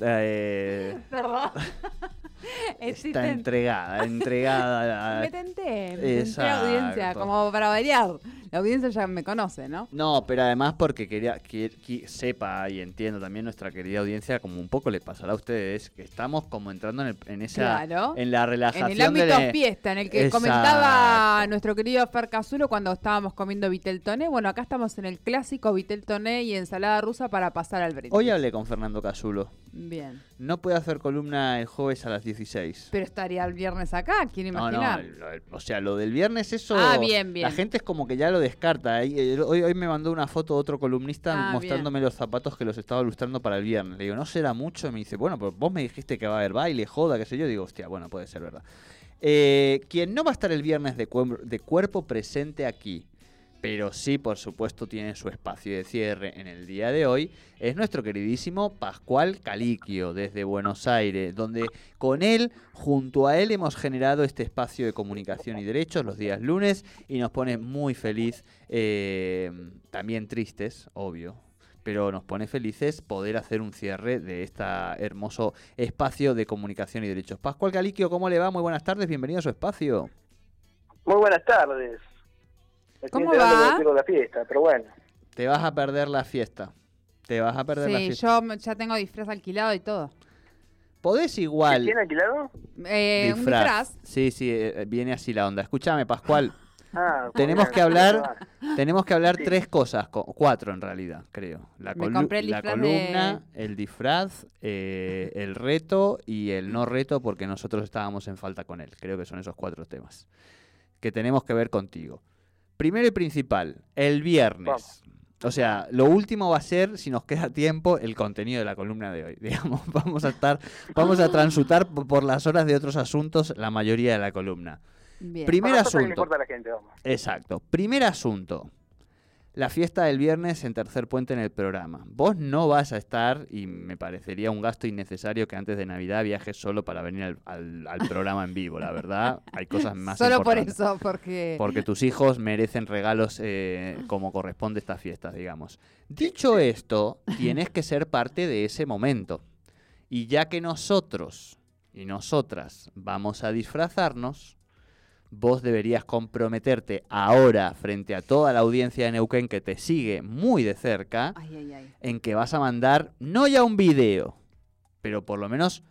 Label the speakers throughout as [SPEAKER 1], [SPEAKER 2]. [SPEAKER 1] Eh,
[SPEAKER 2] Perdón.
[SPEAKER 1] está
[SPEAKER 2] Existen-
[SPEAKER 1] entregada, entregada. a-
[SPEAKER 2] Me tenté, me tenté a la audiencia,
[SPEAKER 1] Exacto.
[SPEAKER 2] como para variar. La audiencia ya me conoce, ¿no?
[SPEAKER 1] No, pero además porque quería que, que sepa y entiendo también nuestra querida audiencia, como un poco le pasará a ustedes, que estamos como entrando en, el- en esa
[SPEAKER 2] Claro.
[SPEAKER 1] en la
[SPEAKER 2] En
[SPEAKER 1] relajación
[SPEAKER 2] el ámbito
[SPEAKER 1] de-
[SPEAKER 2] fiesta, en el que
[SPEAKER 1] Exacto.
[SPEAKER 2] comentaba nuestro querido Fer Casulo cuando estábamos comiendo Viteltoné. Bueno, acá estamos en el clásico Viteltoné y ensalada rusa para pasar al brindis.
[SPEAKER 1] Hoy hablé con Fernando Casulo.
[SPEAKER 2] Bien.
[SPEAKER 1] No puede hacer columna el jueves a las 16.
[SPEAKER 2] Pero estaría el viernes acá, quiero
[SPEAKER 1] No, no,
[SPEAKER 2] imaginar.
[SPEAKER 1] el- el- o sea, lo del viernes eso...
[SPEAKER 2] Ah, bien, bien.
[SPEAKER 1] La gente es como que ya lo descarta. Ahí, eh, Hoy, hoy me mandó una foto otro columnista
[SPEAKER 2] Ah,
[SPEAKER 1] mostrándome los zapatos que los estaba lustrando para el viernes. Le digo, ¿no será mucho? Y Me dice, bueno, pero vos me dijiste que va a haber baile, joda, qué sé yo. Digo, hostia, bueno, puede ser, ¿verdad? Eh, quien no va a estar el viernes de, cuem- de cuerpo presente aquí, pero sí, por supuesto, tiene su espacio de cierre en el día de hoy, es nuestro queridísimo Pascual Caliquio, desde Buenos Aires, donde con él, junto a él, hemos generado este espacio de comunicación y derechos los días lunes y nos pone muy feliz, eh, también tristes, obvio. Pero nos pone felices poder hacer un cierre de este hermoso espacio de comunicación y derechos. Pascual Caliquio, ¿cómo le va? Muy buenas tardes, bienvenido a su espacio.
[SPEAKER 3] Muy buenas tardes. Me estoy
[SPEAKER 2] ¿Cómo
[SPEAKER 3] enterando
[SPEAKER 2] va?
[SPEAKER 3] que tengo la fiesta, pero bueno.
[SPEAKER 1] Te vas a perder la fiesta. Te vas a perder la
[SPEAKER 2] Sí,
[SPEAKER 1] fiesta.
[SPEAKER 2] yo me- ya tengo disfraz alquilado y todo.
[SPEAKER 1] Podés
[SPEAKER 3] ¿Se
[SPEAKER 1] igual.
[SPEAKER 3] tiene alquilado?
[SPEAKER 2] Eh, Un disfraz.
[SPEAKER 1] Sí, sí, eh, viene así la onda. Escúchame, Pascual.
[SPEAKER 3] Ah,
[SPEAKER 1] Tenemos
[SPEAKER 3] bueno,
[SPEAKER 1] que hablar-
[SPEAKER 3] ah,
[SPEAKER 1] Tenemos que hablar
[SPEAKER 3] Sí.
[SPEAKER 1] tres cosas, co- cuatro en realidad, creo. La,
[SPEAKER 2] Me
[SPEAKER 1] colu-
[SPEAKER 2] compré el
[SPEAKER 1] la
[SPEAKER 2] disfraz
[SPEAKER 1] columna, el disfraz, eh, el reto y el no reto, porque nosotros estábamos en falta con él. Creo que son esos cuatro temas que tenemos que ver contigo. Primero y principal, el viernes. O sea, lo último va a ser, si nos queda tiempo, el contenido de la columna de hoy. Digamos, vamos a estar, vamos a transutar por por las horas de otros asuntos la mayoría de la columna.
[SPEAKER 2] Bien.
[SPEAKER 1] Primer
[SPEAKER 3] a nosotros no le
[SPEAKER 1] asunto.
[SPEAKER 3] importa a la gente, vamos.
[SPEAKER 1] Exacto. Primer asunto. La fiesta del viernes en Tercer Puente en el programa. Vos no vas a estar, y me parecería un gasto innecesario que antes de Navidad viajes solo para venir al, al- al programa en vivo, la verdad. Hay cosas más
[SPEAKER 2] Solo por
[SPEAKER 1] importantes.
[SPEAKER 2] eso, porque...
[SPEAKER 1] Porque tus hijos merecen regalos eh, como corresponde a estas fiestas, digamos. Dicho esto, tienes que ser parte de ese momento. Y ya que nosotros y nosotras vamos a disfrazarnos, vos deberías comprometerte ahora frente a toda la audiencia de Neuquén que te sigue muy de cerca
[SPEAKER 2] Ay, ay, ay.
[SPEAKER 1] en que vas a mandar no ya un video, pero por lo menos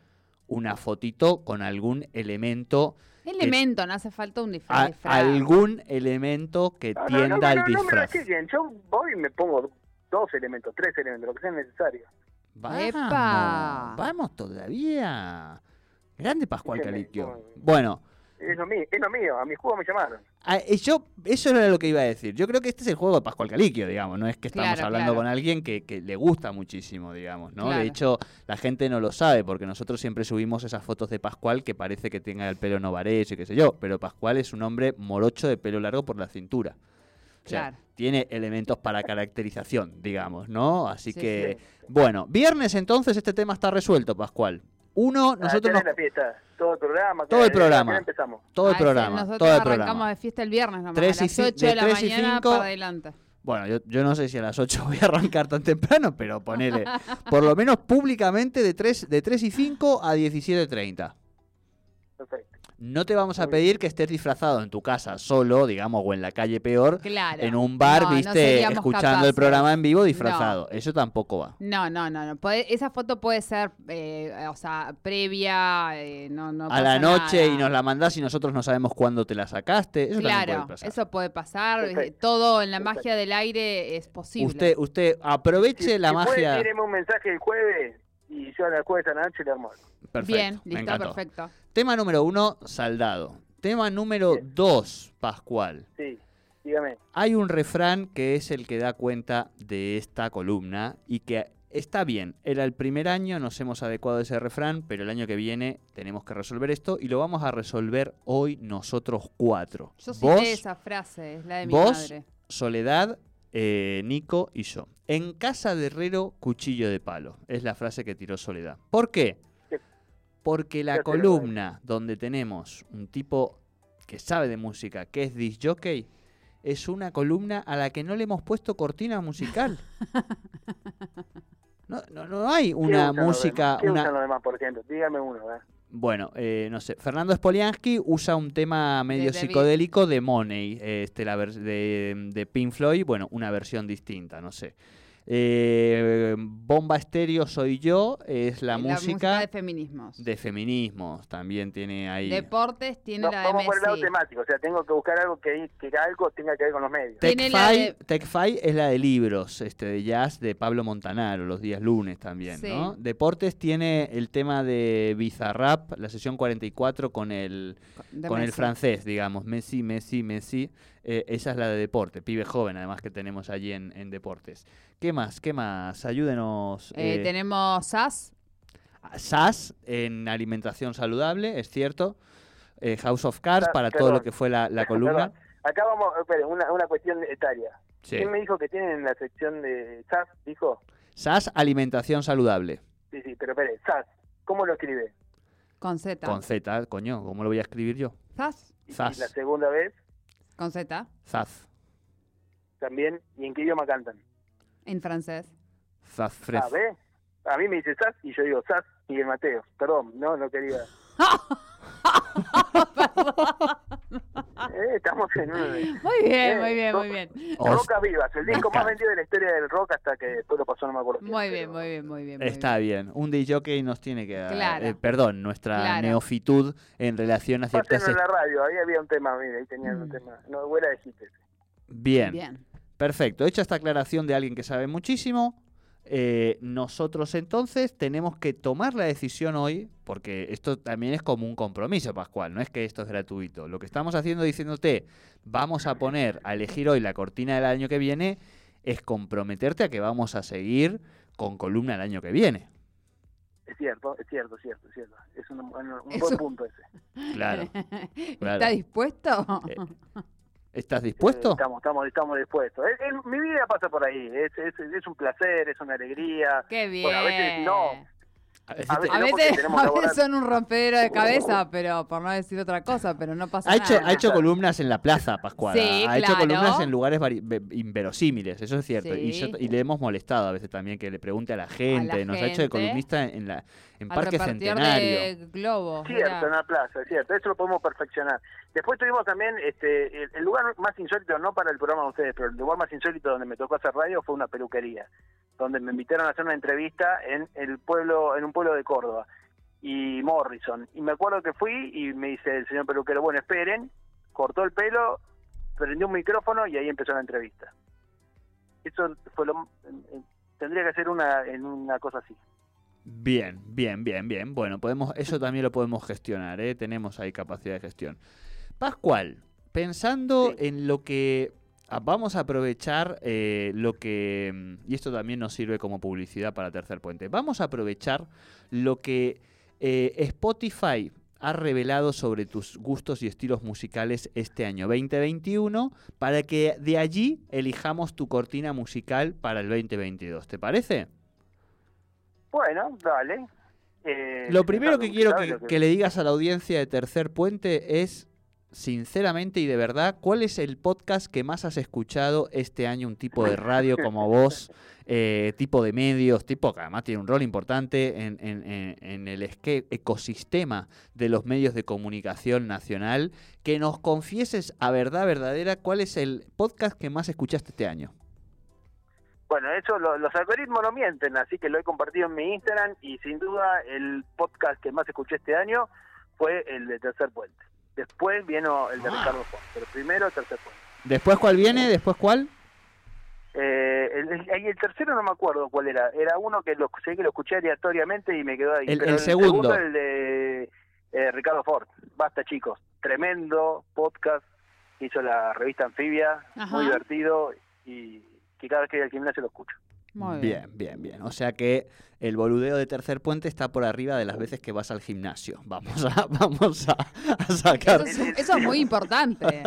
[SPEAKER 1] una fotito con algún elemento
[SPEAKER 2] Elemento, no hace falta un disfraz.
[SPEAKER 1] a-
[SPEAKER 2] disfraz.
[SPEAKER 1] algún elemento que
[SPEAKER 3] No, no, no,
[SPEAKER 1] tienda
[SPEAKER 3] no,
[SPEAKER 1] al
[SPEAKER 3] no, no me lo
[SPEAKER 1] disfraz.
[SPEAKER 3] chiquen. Yo voy y me pongo dos elementos, tres elementos, lo que sea necesario.
[SPEAKER 1] Vamos,
[SPEAKER 2] ¡Epa!
[SPEAKER 1] vamos todavía. Grande Pascual
[SPEAKER 3] Sí, me-
[SPEAKER 1] Caliquio.
[SPEAKER 3] no,
[SPEAKER 1] Bueno,
[SPEAKER 3] Es lo mío, es lo mío. A mis juegos me llamaron. Ah,
[SPEAKER 1] a- eh, yo eso era lo que iba a decir. Yo creo que este es el juego de Pascual Caliquio, digamos. No es que estamos
[SPEAKER 2] Claro,
[SPEAKER 1] hablando
[SPEAKER 2] claro.
[SPEAKER 1] con alguien que, que le gusta muchísimo, digamos, ¿no?
[SPEAKER 2] Claro.
[SPEAKER 1] De hecho, la gente no lo sabe porque nosotros siempre subimos esas fotos de Pascual que parece que tenga el pelo novarecho y qué sé yo. Pero Pascual es un hombre morocho de pelo largo por la cintura. O sea,
[SPEAKER 2] Claro.
[SPEAKER 1] tiene elementos para caracterización, digamos, ¿no? Así
[SPEAKER 2] Sí,
[SPEAKER 1] que, bueno, viernes entonces este tema está resuelto, Pascual. Uno,
[SPEAKER 3] Nosotros
[SPEAKER 1] nosotros nos-
[SPEAKER 3] la fiesta, todo el programa.
[SPEAKER 1] Todo el
[SPEAKER 3] ¿a qué hora
[SPEAKER 1] programa.
[SPEAKER 3] empezamos.
[SPEAKER 1] todo el
[SPEAKER 2] Ah, sí,
[SPEAKER 1] programa,
[SPEAKER 2] Nosotros
[SPEAKER 1] todo el
[SPEAKER 2] arrancamos
[SPEAKER 1] programa.
[SPEAKER 2] de fiesta el viernes nomás,
[SPEAKER 1] Tres
[SPEAKER 2] a
[SPEAKER 1] y
[SPEAKER 2] las
[SPEAKER 1] cin-
[SPEAKER 2] 8 de,
[SPEAKER 1] de
[SPEAKER 2] la
[SPEAKER 1] tres y
[SPEAKER 2] mañana
[SPEAKER 1] cinco.
[SPEAKER 2] para adelante.
[SPEAKER 1] Bueno, yo, yo no sé si a las 8 voy a arrancar tan temprano, pero ponele, por lo menos públicamente de 3, de 3 y 5 a 17.30.
[SPEAKER 3] Perfecto.
[SPEAKER 1] No te vamos a
[SPEAKER 3] Muy
[SPEAKER 1] pedir que estés disfrazado en tu casa solo, digamos, o en la calle peor,
[SPEAKER 2] Claro.
[SPEAKER 1] en un bar,
[SPEAKER 2] No, no
[SPEAKER 1] viste,
[SPEAKER 2] seríamos
[SPEAKER 1] escuchando el
[SPEAKER 2] capaces.
[SPEAKER 1] programa en vivo disfrazado. Eso tampoco va.
[SPEAKER 2] No, no, no, no. Puede- esa foto puede ser, eh, o sea, previa, eh, no, no
[SPEAKER 1] a la
[SPEAKER 2] pasa
[SPEAKER 1] noche
[SPEAKER 2] nada.
[SPEAKER 1] y nos la mandás y nosotros no sabemos cuándo te la sacaste. Eso también
[SPEAKER 2] Claro,
[SPEAKER 1] puede pasar.
[SPEAKER 2] eso puede pasar. eh,
[SPEAKER 3] Perfecto.
[SPEAKER 2] Todo en la
[SPEAKER 3] Perfecto.
[SPEAKER 2] magia del aire es posible.
[SPEAKER 1] usted, usted aproveche la
[SPEAKER 3] si
[SPEAKER 1] magia.
[SPEAKER 3] Puede, tíreme un mensaje el jueves y yo a la jueves a la noche le armo. algo.
[SPEAKER 1] Perfecto,
[SPEAKER 2] Bien,
[SPEAKER 1] me
[SPEAKER 2] listo,
[SPEAKER 1] encantó.
[SPEAKER 2] perfecto.
[SPEAKER 1] Tema número uno, saldado. Tema número
[SPEAKER 3] Bien.
[SPEAKER 1] dos, Pascual.
[SPEAKER 3] Sí. dígame.
[SPEAKER 1] Hay un refrán que es el que da cuenta de esta columna y que está bien. Era el primer año, nos hemos adecuado a ese refrán, pero el año que viene tenemos que resolver esto y lo vamos a resolver hoy nosotros cuatro.
[SPEAKER 2] Yo cité
[SPEAKER 1] Vos,
[SPEAKER 2] esa frase, es la de mi
[SPEAKER 1] vos,
[SPEAKER 2] madre.
[SPEAKER 1] Soledad, eh, Nico y yo. En casa de herrero, cuchillo de palo. Es la frase que tiró Soledad. ¿Por qué? Porque la
[SPEAKER 3] Ya te lo
[SPEAKER 1] columna donde tenemos un tipo que sabe de música, que es disc jockey, es una columna a la que no le hemos puesto cortina musical. No, no, no hay
[SPEAKER 3] ¿Qué
[SPEAKER 1] una
[SPEAKER 3] usan los
[SPEAKER 1] música,
[SPEAKER 3] demás? ¿Qué
[SPEAKER 1] una,
[SPEAKER 3] usan los demás, por ejemplo? Dígame uno, ¿eh?
[SPEAKER 1] bueno, eh, no sé. Fernando Spoliansky usa un tema medio
[SPEAKER 2] David.
[SPEAKER 1] psicodélico de Money, eh, este, la vers- de, de Pink Floyd, bueno, una versión distinta, no sé. Eh, Bomba Estéreo Soy Yo es la, música
[SPEAKER 2] de feminismos.
[SPEAKER 1] de feminismos, también tiene ahí.
[SPEAKER 2] Deportes tiene
[SPEAKER 3] No,
[SPEAKER 2] la de
[SPEAKER 3] vamos por el lado
[SPEAKER 2] Messi.
[SPEAKER 3] temático, o sea, tengo que buscar algo que, que algo tenga que ver con los medios.
[SPEAKER 2] Te-
[SPEAKER 1] Tech
[SPEAKER 2] tiene la
[SPEAKER 1] Five-
[SPEAKER 2] de-
[SPEAKER 1] Tech Five es la de libros, este de jazz de Pablo Montanaro, los días lunes también,
[SPEAKER 2] Sí.
[SPEAKER 1] ¿no? Deportes tiene el tema de Bizarrap, la sesión 44 con el
[SPEAKER 2] de
[SPEAKER 1] con el
[SPEAKER 2] Messi.
[SPEAKER 1] francés, digamos. Messi, Messi, Messi. Eh, esa es la de deporte, pibe joven, además que tenemos allí en, en deportes. ¿Qué más? ¿Qué más? Ayúdenos.
[SPEAKER 2] Eh,
[SPEAKER 1] eh,
[SPEAKER 2] tenemos SAS,
[SPEAKER 1] SAS en alimentación saludable, es cierto. Eh, House of Cards
[SPEAKER 3] Ah,
[SPEAKER 1] para
[SPEAKER 3] perdón.
[SPEAKER 1] todo lo que fue la, la columna.
[SPEAKER 3] Perdón. Acá vamos, eh, espere, una, una cuestión etaria.
[SPEAKER 1] Sí.
[SPEAKER 3] ¿Quién me dijo que tienen en la sección de SAS? Dijo,
[SPEAKER 1] SAS, alimentación saludable.
[SPEAKER 3] sí, sí, pero espere, SAS, ¿cómo lo escribe?
[SPEAKER 2] con Z.
[SPEAKER 1] Con Z, coño, ¿cómo lo voy a escribir yo?
[SPEAKER 2] SAS,
[SPEAKER 3] Y, y
[SPEAKER 1] SAS.
[SPEAKER 3] la segunda vez
[SPEAKER 2] con Z,
[SPEAKER 1] Zaz.
[SPEAKER 3] también, ¿y en qué idioma cantan?
[SPEAKER 2] en francés.
[SPEAKER 1] Zaz Fres.
[SPEAKER 3] Ah, ¿ve? A mí me dice SAS y yo digo SAS y el Mateo. Perdón, no, no quería. Eh, estamos en un...
[SPEAKER 2] Muy bien,
[SPEAKER 3] Eh,
[SPEAKER 2] muy bien,
[SPEAKER 3] to-
[SPEAKER 2] muy bien.
[SPEAKER 1] Os-
[SPEAKER 3] Roca Vivas, el
[SPEAKER 1] Me
[SPEAKER 3] disco más
[SPEAKER 1] encanta.
[SPEAKER 3] vendido de la historia del rock hasta que después lo pasó, no me acuerdo. quién,
[SPEAKER 2] Muy bien,
[SPEAKER 3] pero-
[SPEAKER 2] muy bien, muy bien. muy
[SPEAKER 1] Está bien, un DJ nos tiene que dar,
[SPEAKER 2] Claro.
[SPEAKER 1] eh, perdón, nuestra
[SPEAKER 2] Claro.
[SPEAKER 1] neofitud en relación a ciertas...
[SPEAKER 3] Pásenlo en la radio, ahí había un tema, mira, ahí tenían un
[SPEAKER 2] Mm.
[SPEAKER 3] tema. No, abuela de Hitler.
[SPEAKER 1] Bien,
[SPEAKER 2] Bien.
[SPEAKER 1] perfecto. Hecha esta aclaración de alguien que sabe muchísimo, eh, nosotros entonces tenemos que tomar la decisión hoy, porque esto también es como un compromiso, Pascual, no es que esto es gratuito. Lo que estamos haciendo diciéndote, vamos a poner a elegir hoy la cortina del año que viene, es comprometerte a que vamos a seguir con columna el año que viene.
[SPEAKER 3] Es cierto, es cierto, es cierto, es cierto. Es un, un- un
[SPEAKER 2] Es
[SPEAKER 3] buen
[SPEAKER 2] un-
[SPEAKER 3] punto ese.
[SPEAKER 1] Claro.
[SPEAKER 2] ¿Está dispuesto?
[SPEAKER 1] Eh, ¿Estás dispuesto?
[SPEAKER 3] Eh, estamos, estamos, estamos dispuestos. Es- es- mi vida pasa por ahí. Es, es, es un placer, es una alegría.
[SPEAKER 2] Qué bien.
[SPEAKER 3] bueno, a veces no.
[SPEAKER 1] A veces
[SPEAKER 3] a
[SPEAKER 1] te-
[SPEAKER 2] A
[SPEAKER 3] Tenemos que-
[SPEAKER 2] veces,
[SPEAKER 3] tenemos
[SPEAKER 2] a
[SPEAKER 3] que
[SPEAKER 2] veces
[SPEAKER 3] abordar-
[SPEAKER 2] son un rompedero de cabeza, pero por no decir otra cosa, pero no pasa
[SPEAKER 1] Ha hecho,
[SPEAKER 2] nada.
[SPEAKER 1] ha hecho columnas en la plaza, Pascual.
[SPEAKER 2] Sí,
[SPEAKER 1] ha ha hecho
[SPEAKER 2] claro.
[SPEAKER 1] columnas en lugares vari- ve- inverosímiles, eso es cierto. Y, yo-
[SPEAKER 2] Sí.
[SPEAKER 1] y le hemos molestado a veces también que le pregunte a la gente. Nos ha hecho de
[SPEAKER 2] gente.
[SPEAKER 1] columnista en, la, en
[SPEAKER 2] Al
[SPEAKER 1] Parque
[SPEAKER 2] repartir
[SPEAKER 1] Centenario.
[SPEAKER 2] de globos.
[SPEAKER 3] Cierto, en
[SPEAKER 2] mirá.
[SPEAKER 3] la plaza, es cierto. Eso lo podemos perfeccionar. Después tuvimos también este, el, el lugar más insólito, no para el programa de ustedes, pero el lugar más insólito donde me tocó hacer radio fue una peluquería, donde me invitaron a hacer una entrevista en el pueblo, en un pueblo de Córdoba y Morrison. Y me acuerdo que fui y me dice el señor peluquero, bueno, esperen, cortó el pelo, prendió un micrófono y ahí empezó la entrevista. Eso fue lo, eh, tendría que hacer una en una cosa así.
[SPEAKER 1] Bien, bien, bien, bien. Bueno, podemos, eso también lo podemos gestionar, ¿eh? tenemos ahí capacidad de gestión. Pascual, pensando
[SPEAKER 3] Sí.
[SPEAKER 1] en lo que ah, vamos a aprovechar eh, lo que, mm, y esto también nos sirve como publicidad para Tercer Puente, vamos a aprovechar lo que eh, Spotify ha revelado sobre tus gustos y estilos musicales este año 2021 para que de allí elijamos tu cortina musical para el 2022. ¿Te parece?
[SPEAKER 3] Bueno, dale. Eh,
[SPEAKER 1] Lo primero que quiero
[SPEAKER 3] ¿sabes
[SPEAKER 1] que,
[SPEAKER 3] lo que-
[SPEAKER 1] que le digas a la audiencia de Tercer Puente es, sinceramente y de verdad, ¿cuál es el podcast que más has escuchado este año? Un tipo de radio como vos, eh, tipo de medios, tipo que además tiene un rol importante en, en- en- en el esque- ecosistema de los medios de comunicación nacional. Que nos confieses a verdad verdadera cuál es el podcast que más escuchaste este año.
[SPEAKER 3] Bueno, eso lo- los algoritmos no mienten, así que lo he compartido en mi Instagram y sin duda el podcast que más escuché este año fue el de Tercer Puente. Después vino
[SPEAKER 1] Ah.
[SPEAKER 3] el de Ricardo Font, pero primero Tercer Puente.
[SPEAKER 1] ¿Después cuál viene? ¿Después cuál?
[SPEAKER 3] Eh, el, el- y el tercero no me acuerdo cuál era. Era uno que lo, sé que lo escuché aleatoriamente y me quedó ahí.
[SPEAKER 1] El-
[SPEAKER 3] pero
[SPEAKER 1] el segundo.
[SPEAKER 3] el de eh, Ricardo Ford. Basta, chicos. Tremendo podcast. que hizo la revista Anfibia,
[SPEAKER 2] Ajá.
[SPEAKER 3] muy divertido y que cada vez que voy al gimnasio lo escucho.
[SPEAKER 2] Muy bien.
[SPEAKER 1] Bien, bien, bien. O sea que el boludeo de Tercer Puente está por arriba de las veces que vas al gimnasio. Vamos a, vamos a, a sacar.
[SPEAKER 2] Eso es, eso es muy importante.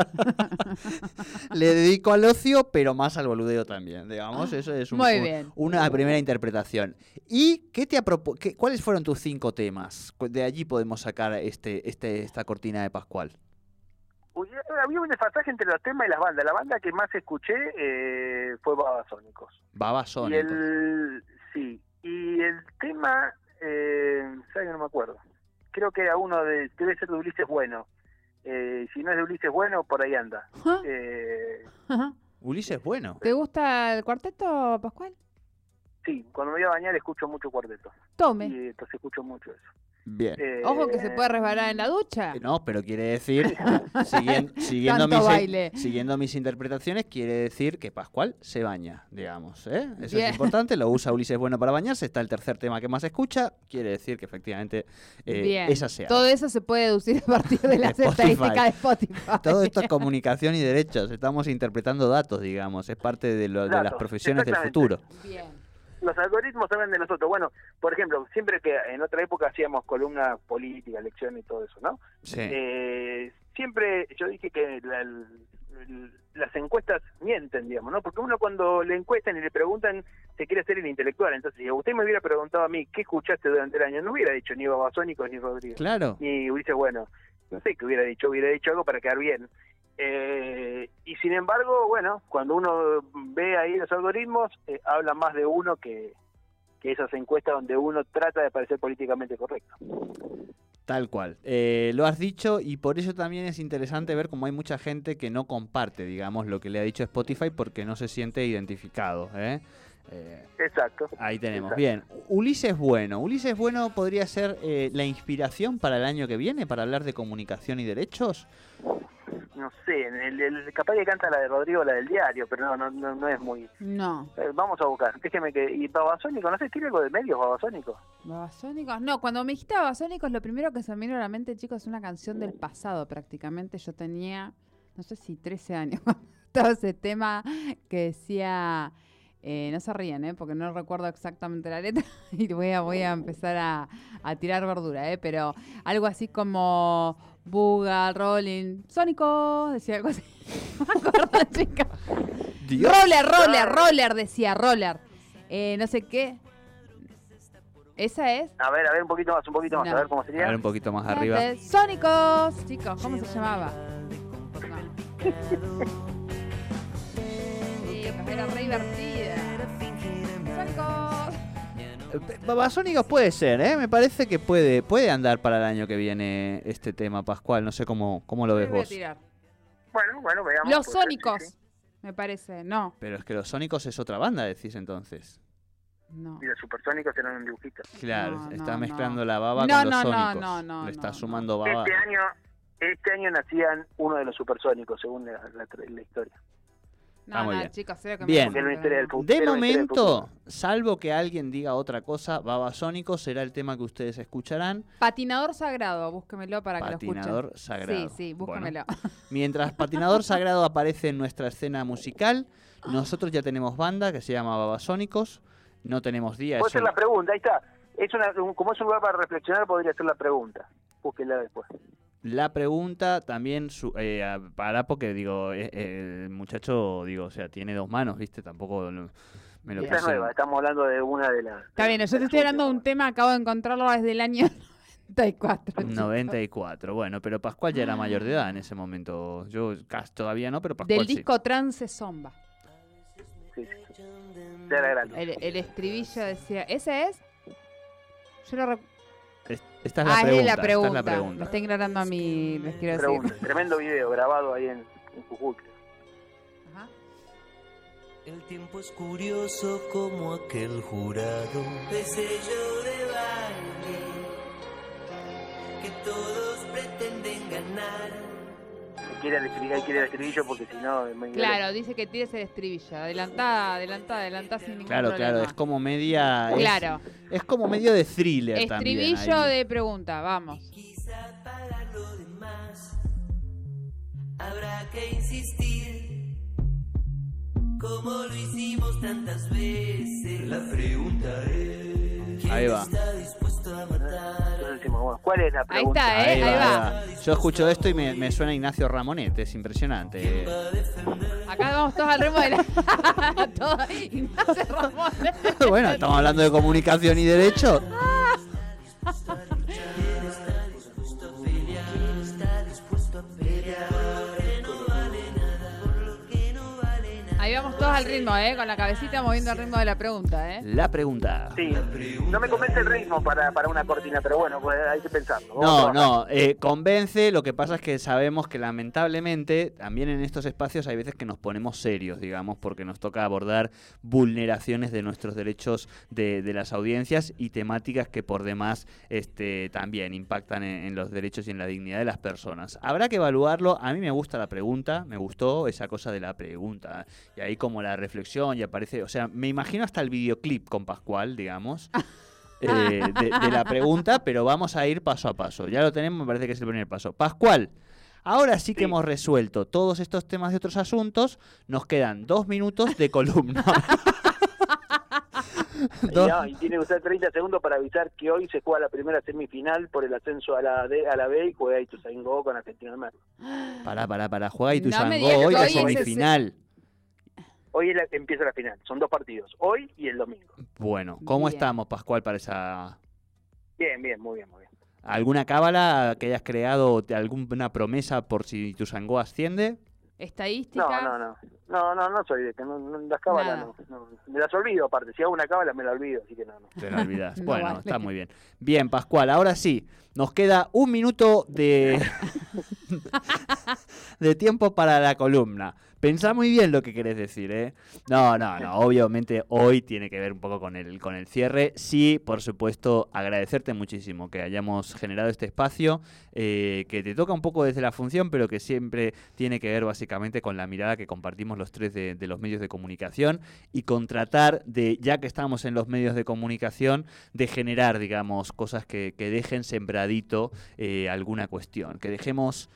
[SPEAKER 1] Le dedico al ocio, pero más al boludeo también. Digamos, eso es un-
[SPEAKER 2] Ah, Muy
[SPEAKER 1] un-
[SPEAKER 2] bien.
[SPEAKER 1] una primera interpretación. ¿Y qué te ha propu- qué- cuáles fueron tus cinco temas? Cu- De allí podemos sacar este, este, esta cortina de Pascual.
[SPEAKER 3] Uy, eh, Había un desfasaje entre los temas y las bandas. La banda que más escuché eh, fue Babasónicos. Y
[SPEAKER 1] Babasónicos.
[SPEAKER 3] el, sí, y el tema, eh, ¿sabes? que No me acuerdo. Creo que era uno de, debe ser de Ulises Bueno. Eh, si no es de Ulises Bueno, por ahí anda.
[SPEAKER 2] Ajá,
[SPEAKER 3] Eh,
[SPEAKER 2] ajá.
[SPEAKER 1] Ulises, bueno.
[SPEAKER 2] ¿Te gusta el cuarteto, Pascual?
[SPEAKER 3] sí, cuando me voy a bañar escucho mucho cuarteto.
[SPEAKER 2] Tome.
[SPEAKER 3] Y entonces escucho mucho eso.
[SPEAKER 1] Bien.
[SPEAKER 3] Eh,
[SPEAKER 2] Ojo que se puede resbalar en la ducha.
[SPEAKER 1] No, pero quiere decir, siguien- siguiendo,
[SPEAKER 2] Tanto
[SPEAKER 1] mis,
[SPEAKER 2] baile.
[SPEAKER 1] siguiendo mis interpretaciones, quiere decir que Pascual se baña, digamos. ¿eh? Eso
[SPEAKER 2] Bien.
[SPEAKER 1] es importante, lo usa Ulises Bueno para bañarse, está el tercer tema que más escucha, quiere decir que efectivamente eh,
[SPEAKER 2] Bien.
[SPEAKER 1] esa sea.
[SPEAKER 2] Todo eso se puede deducir a partir de las
[SPEAKER 1] Spotify.
[SPEAKER 2] estadísticas de Spotify.
[SPEAKER 1] Todo esto es comunicación y derechos, estamos interpretando datos, digamos, es parte de, lo- de las
[SPEAKER 3] Datos,
[SPEAKER 1] profesiones del
[SPEAKER 3] exactamente.
[SPEAKER 1] futuro.
[SPEAKER 2] Bien.
[SPEAKER 3] Los algoritmos saben de nosotros. Bueno, por ejemplo, siempre que en otra época hacíamos columna política, elección y todo eso, ¿no?
[SPEAKER 1] Sí.
[SPEAKER 3] Eh, siempre yo dije que la- el- las encuestas mienten, digamos, ¿no? Porque uno cuando le encuestan y le preguntan, se quiere hacer el intelectual. Entonces, si usted me hubiera preguntado a mí, ¿qué escuchaste durante el año? No hubiera dicho ni Babasónicos ni Rodríguez.
[SPEAKER 1] Claro.
[SPEAKER 3] Y hubiese, bueno, no sé qué hubiera dicho, hubiera dicho algo para quedar bien. Eh, y sin embargo, bueno, cuando uno ve ahí los algoritmos, eh, habla más de uno que, que esas encuestas donde uno trata de parecer políticamente correcto.
[SPEAKER 1] Tal cual. Eh, lo has dicho y por eso también es interesante ver cómo hay mucha gente que no comparte, digamos, lo que le ha dicho Spotify porque no se siente identificado. ¿eh? Eh,
[SPEAKER 3] Exacto.
[SPEAKER 1] ahí tenemos.
[SPEAKER 3] Exacto.
[SPEAKER 1] Bien. Ulises Bueno. Ulises Bueno podría ser eh, la inspiración para el año que viene, para hablar de comunicación y derechos.
[SPEAKER 3] no sé, en el, el- capaz que canta la de Rodrigo, la del diario, pero no, no, no, no es muy...
[SPEAKER 2] No.
[SPEAKER 3] Eh, vamos a buscar, déjeme que... ¿Y Babasónico? ¿No sé, tiene algo de medios Babasónico?
[SPEAKER 2] Babasónicos. No, cuando me dijiste Babasónicos, lo primero que se me vino a la mente, chicos, es una canción del pasado prácticamente. Yo tenía, no sé si 13 años, todo ese tema que decía... eh, no se ríen, ¿eh? porque no recuerdo exactamente la letra y voy a, voy a empezar a, a tirar verdura, ¿eh? pero algo así como Buga, Rolling, Sónicos, decía algo así. No me acuerdo, chicos. Roller, roller, roller, decía, roller. Eh, no sé qué. Esa es.
[SPEAKER 3] A ver, a ver, un poquito más, un poquito más,
[SPEAKER 2] No.
[SPEAKER 3] a ver cómo sería.
[SPEAKER 1] A ver un poquito más arriba.
[SPEAKER 2] Sónicos. Chicos, ¿cómo se llamaba? No. Chicos, era re divertida. Sónicos.
[SPEAKER 1] Eh, Babasónicos puede ser, ¿eh? Me parece que puede, puede andar para el año que viene este tema, Pascual. No sé cómo, cómo lo
[SPEAKER 2] Me
[SPEAKER 1] ves
[SPEAKER 2] voy a
[SPEAKER 1] vos.
[SPEAKER 2] tirar.
[SPEAKER 3] Bueno, bueno, veamos.
[SPEAKER 2] Los
[SPEAKER 3] Puede ser, sí,
[SPEAKER 2] Sónicos.
[SPEAKER 3] sí.
[SPEAKER 2] Me parece. No.
[SPEAKER 1] Pero es que los Sónicos es otra banda, decís entonces.
[SPEAKER 2] No.
[SPEAKER 3] Y los supersónicos eran un dibujito.
[SPEAKER 1] Claro,
[SPEAKER 2] No,
[SPEAKER 1] está
[SPEAKER 2] no,
[SPEAKER 1] mezclando
[SPEAKER 2] no.
[SPEAKER 1] la baba
[SPEAKER 2] No,
[SPEAKER 1] con los
[SPEAKER 2] no, no,
[SPEAKER 1] sónicos.
[SPEAKER 2] no, no,
[SPEAKER 1] Le está
[SPEAKER 2] no,
[SPEAKER 1] sumando baba.
[SPEAKER 3] Este año... Este año nacían uno de los supersónicos, según la, la- la historia.
[SPEAKER 2] No,
[SPEAKER 1] Ah, muy
[SPEAKER 2] no,
[SPEAKER 1] bien.
[SPEAKER 2] chicos, era que
[SPEAKER 1] Bien.
[SPEAKER 3] Porque era una historia del fu-
[SPEAKER 1] De
[SPEAKER 3] era una historia del
[SPEAKER 1] momento,
[SPEAKER 3] futuro.
[SPEAKER 1] salvo que alguien diga otra cosa, Babasónicos será el tema que ustedes escucharán.
[SPEAKER 2] Patinador sagrado, búsquemelo para
[SPEAKER 1] Patinador
[SPEAKER 2] que lo escuchen.
[SPEAKER 1] Sagrado.
[SPEAKER 2] Sí, sí,
[SPEAKER 1] Bueno.
[SPEAKER 2] búsquemelo.
[SPEAKER 1] Mientras Patinador Sagrado aparece en nuestra escena musical, nosotros ya tenemos banda que se llama Babasónicos. No tenemos día.
[SPEAKER 3] Puede
[SPEAKER 1] eso-
[SPEAKER 3] ser la pregunta, ahí está. Es una, un- como es un lugar para reflexionar, podría ser la pregunta. Búsquela después.
[SPEAKER 1] La pregunta también su- eh, a- para porque digo eh, eh, el muchacho digo o sea tiene dos manos viste tampoco lo- me lo
[SPEAKER 3] Esta es
[SPEAKER 1] quise-
[SPEAKER 3] nueva, estamos hablando de una de las...
[SPEAKER 2] Está bien, yo te estoy hablando de un tema, acabo de encontrarlo desde el año 94. chicos.
[SPEAKER 1] 94, bueno, pero Pascual ya era mayor de edad en ese momento. Yo casi todavía no, pero Pascual
[SPEAKER 2] Del
[SPEAKER 1] sí.
[SPEAKER 2] disco Trance Zomba.
[SPEAKER 3] Sí, sí. Ya era grande.
[SPEAKER 2] El, el estribillo decía, ¿ese es? Yo lo rec-
[SPEAKER 1] Es- Esta es la
[SPEAKER 2] Ah, es
[SPEAKER 1] pregunta.
[SPEAKER 2] la
[SPEAKER 1] esta
[SPEAKER 2] pregunta.
[SPEAKER 1] es la
[SPEAKER 2] Me
[SPEAKER 1] pregunta.
[SPEAKER 2] está ignorando a mí, les quiero decir.
[SPEAKER 3] Pregunta, tremendo video grabado ahí en, en Jujuy.
[SPEAKER 2] Ajá.
[SPEAKER 4] El tiempo es curioso como aquel jurado de sello de baile que todos pretenden ganar.
[SPEAKER 3] Quiere el estribillo, ahí quiere el estribillo porque si no es muy
[SPEAKER 2] Claro, dice que tires el estribillo. Adelantada, adelantada, adelantada sin ningún
[SPEAKER 1] Claro,
[SPEAKER 2] problema.
[SPEAKER 1] claro, es como media. es-
[SPEAKER 2] Claro,
[SPEAKER 1] Es, como medio de thriller también.
[SPEAKER 2] estribillo
[SPEAKER 1] ahí.
[SPEAKER 2] de pregunta, vamos.
[SPEAKER 4] Quizá para lo demás habrá que insistir, como lo hicimos tantas veces. La pregunta es, ¿quién
[SPEAKER 1] Ahí va.
[SPEAKER 2] Eh,
[SPEAKER 4] está dispuesto a matar?
[SPEAKER 3] Entonces decimos, bueno, ¿cuál es la
[SPEAKER 2] Ahí
[SPEAKER 3] pregunta?
[SPEAKER 2] está, ¿eh? Ahí, va.
[SPEAKER 1] Yo escucho esto y me, me suena Ignacio Ramonet, es impresionante.
[SPEAKER 2] Acá vamos todos al remo de la... Todo- Ignacio Ramón.
[SPEAKER 1] bueno, estamos hablando de comunicación y derecho.
[SPEAKER 2] Ahí vamos todos al ritmo, ¿eh? Con la cabecita moviendo el ritmo de la pregunta, ¿eh?
[SPEAKER 1] La pregunta.
[SPEAKER 3] Sí, no me convence el ritmo para, para una cortina, pero bueno, pues hay que pensarlo. Vamos
[SPEAKER 1] No,
[SPEAKER 3] a
[SPEAKER 1] no, eh, convence, lo que pasa es que sabemos que lamentablemente también en estos espacios hay veces que nos ponemos serios, digamos, porque nos toca abordar vulneraciones de nuestros derechos de, de las audiencias y temáticas que por demás este, también impactan en, en los derechos y en la dignidad de las personas. Habrá que evaluarlo, a mí me gusta la pregunta, me gustó esa cosa de la pregunta, y ahí como la reflexión y aparece, o sea, me imagino hasta el videoclip con Pascual, digamos. eh, de, de la pregunta, pero vamos a ir paso a paso. Ya lo tenemos, me parece que es el primer paso. Pascual, ahora sí que
[SPEAKER 3] Sí.
[SPEAKER 1] hemos resuelto todos estos temas de otros asuntos. Nos quedan dos minutos de columna.
[SPEAKER 3] Y
[SPEAKER 1] Dos-
[SPEAKER 3] no, y tiene que usar 30 segundos para avisar que hoy se juega la primera semifinal por el ascenso a la D, a la B y juega Ituzaingó con Argentino de Merlo.
[SPEAKER 1] Pará, pará, pará. Juega y tu
[SPEAKER 2] No me digas que
[SPEAKER 1] hoy la
[SPEAKER 2] hoy es ese-
[SPEAKER 1] semifinal.
[SPEAKER 3] Hoy es la- empieza la final, son dos partidos, hoy y el domingo.
[SPEAKER 1] Bueno, ¿cómo
[SPEAKER 2] Bien.
[SPEAKER 1] estamos, Pascual, para esa.
[SPEAKER 3] Bien, bien, muy bien, muy bien.
[SPEAKER 1] ¿Alguna cábala que hayas creado, te- alguna promesa por si tu sangó asciende?
[SPEAKER 2] Estadísticas.
[SPEAKER 3] No, no, no, no, no, no soy de que no, no- las cábalas
[SPEAKER 2] Nada.
[SPEAKER 3] no, no. me las olvido aparte, si hago una cábala me la olvido, así que no, no.
[SPEAKER 1] Te la olvidás.
[SPEAKER 2] No
[SPEAKER 1] bueno,
[SPEAKER 2] vale.
[SPEAKER 1] está muy bien. Bien, Pascual, ahora sí, nos queda un minuto de, de tiempo para la columna. Pensá muy bien lo que querés decir, ¿eh? No, no, no, obviamente hoy tiene que ver un poco con el, con el cierre. Sí, por supuesto, agradecerte muchísimo que hayamos generado este espacio, eh, que te toca un poco desde la función, pero que siempre tiene que ver básicamente con la mirada que compartimos los tres de, de los medios de comunicación y contratar de, ya que estamos en los medios de comunicación, de generar, digamos, cosas que, que dejen sembradito eh, alguna cuestión, que dejemos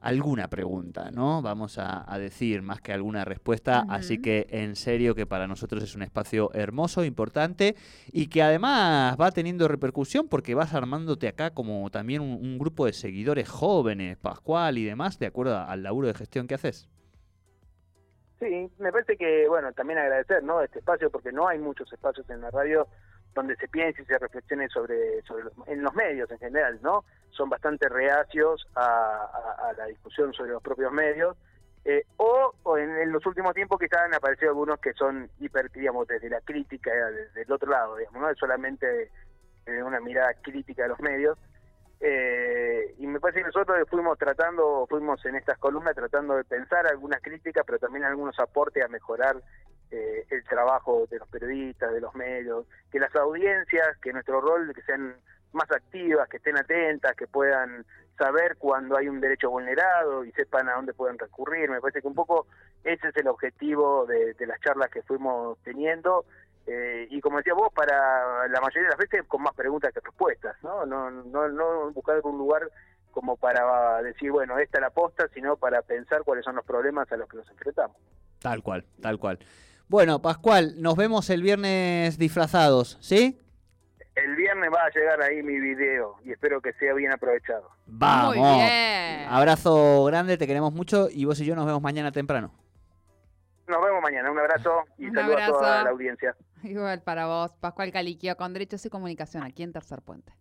[SPEAKER 1] alguna pregunta, ¿no? Vamos a, a decir más que alguna respuesta,
[SPEAKER 2] Ujú.
[SPEAKER 1] así que en serio que para nosotros es un espacio hermoso, importante y que además va teniendo repercusión porque vas armándote acá como también un, un grupo de seguidores jóvenes, Pascual y demás, de acuerdo a- al laburo de gestión que haces.
[SPEAKER 3] Sí, me parece que, bueno, también agradecer, ¿no? Este espacio, porque no hay muchos espacios en la radio donde se piense y se reflexione sobre, sobre los- en los medios en general, ¿no? Son bastante reacios a, a- a la discusión sobre los propios medios. eh, o o en, en los últimos tiempos quizás han aparecido algunos que son hiper, digamos, desde la crítica, desde el otro lado, digamos, ¿no? Es solamente eh, una mirada crítica de los medios. Eh, y me parece que nosotros fuimos tratando, fuimos en estas columnas tratando de pensar algunas críticas, pero también algunos aportes a mejorar eh, el trabajo de los periodistas, de los medios, que las audiencias, que nuestro rol, que sean más activas, que estén atentas, que puedan saber cuando hay un derecho vulnerado y sepan a dónde pueden recurrir. Me parece que un poco ese es el objetivo de, de las charlas que fuimos teniendo. Eh, y como decía vos, para la mayoría de las veces con más preguntas que respuestas, ¿no? No, no, no buscar un lugar como para decir, bueno, esta es la posta, sino para pensar cuáles son los problemas a los que nos enfrentamos.
[SPEAKER 1] Tal cual, tal cual. Bueno, Pascual, nos vemos el viernes disfrazados, ¿sí?
[SPEAKER 3] El viernes va a llegar ahí mi video y espero que sea bien aprovechado.
[SPEAKER 1] Vamos. Ah.
[SPEAKER 2] Muy bien.
[SPEAKER 1] Abrazo grande, te queremos mucho y vos y yo nos vemos mañana temprano.
[SPEAKER 3] Nos vemos mañana. Un abrazo y
[SPEAKER 2] Un
[SPEAKER 3] saludos a
[SPEAKER 2] abrazo.
[SPEAKER 3] toda la audiencia.
[SPEAKER 2] Igual para vos, Pascual Caliquio, con Derechos y Comunicación, aquí en Tercer Puente.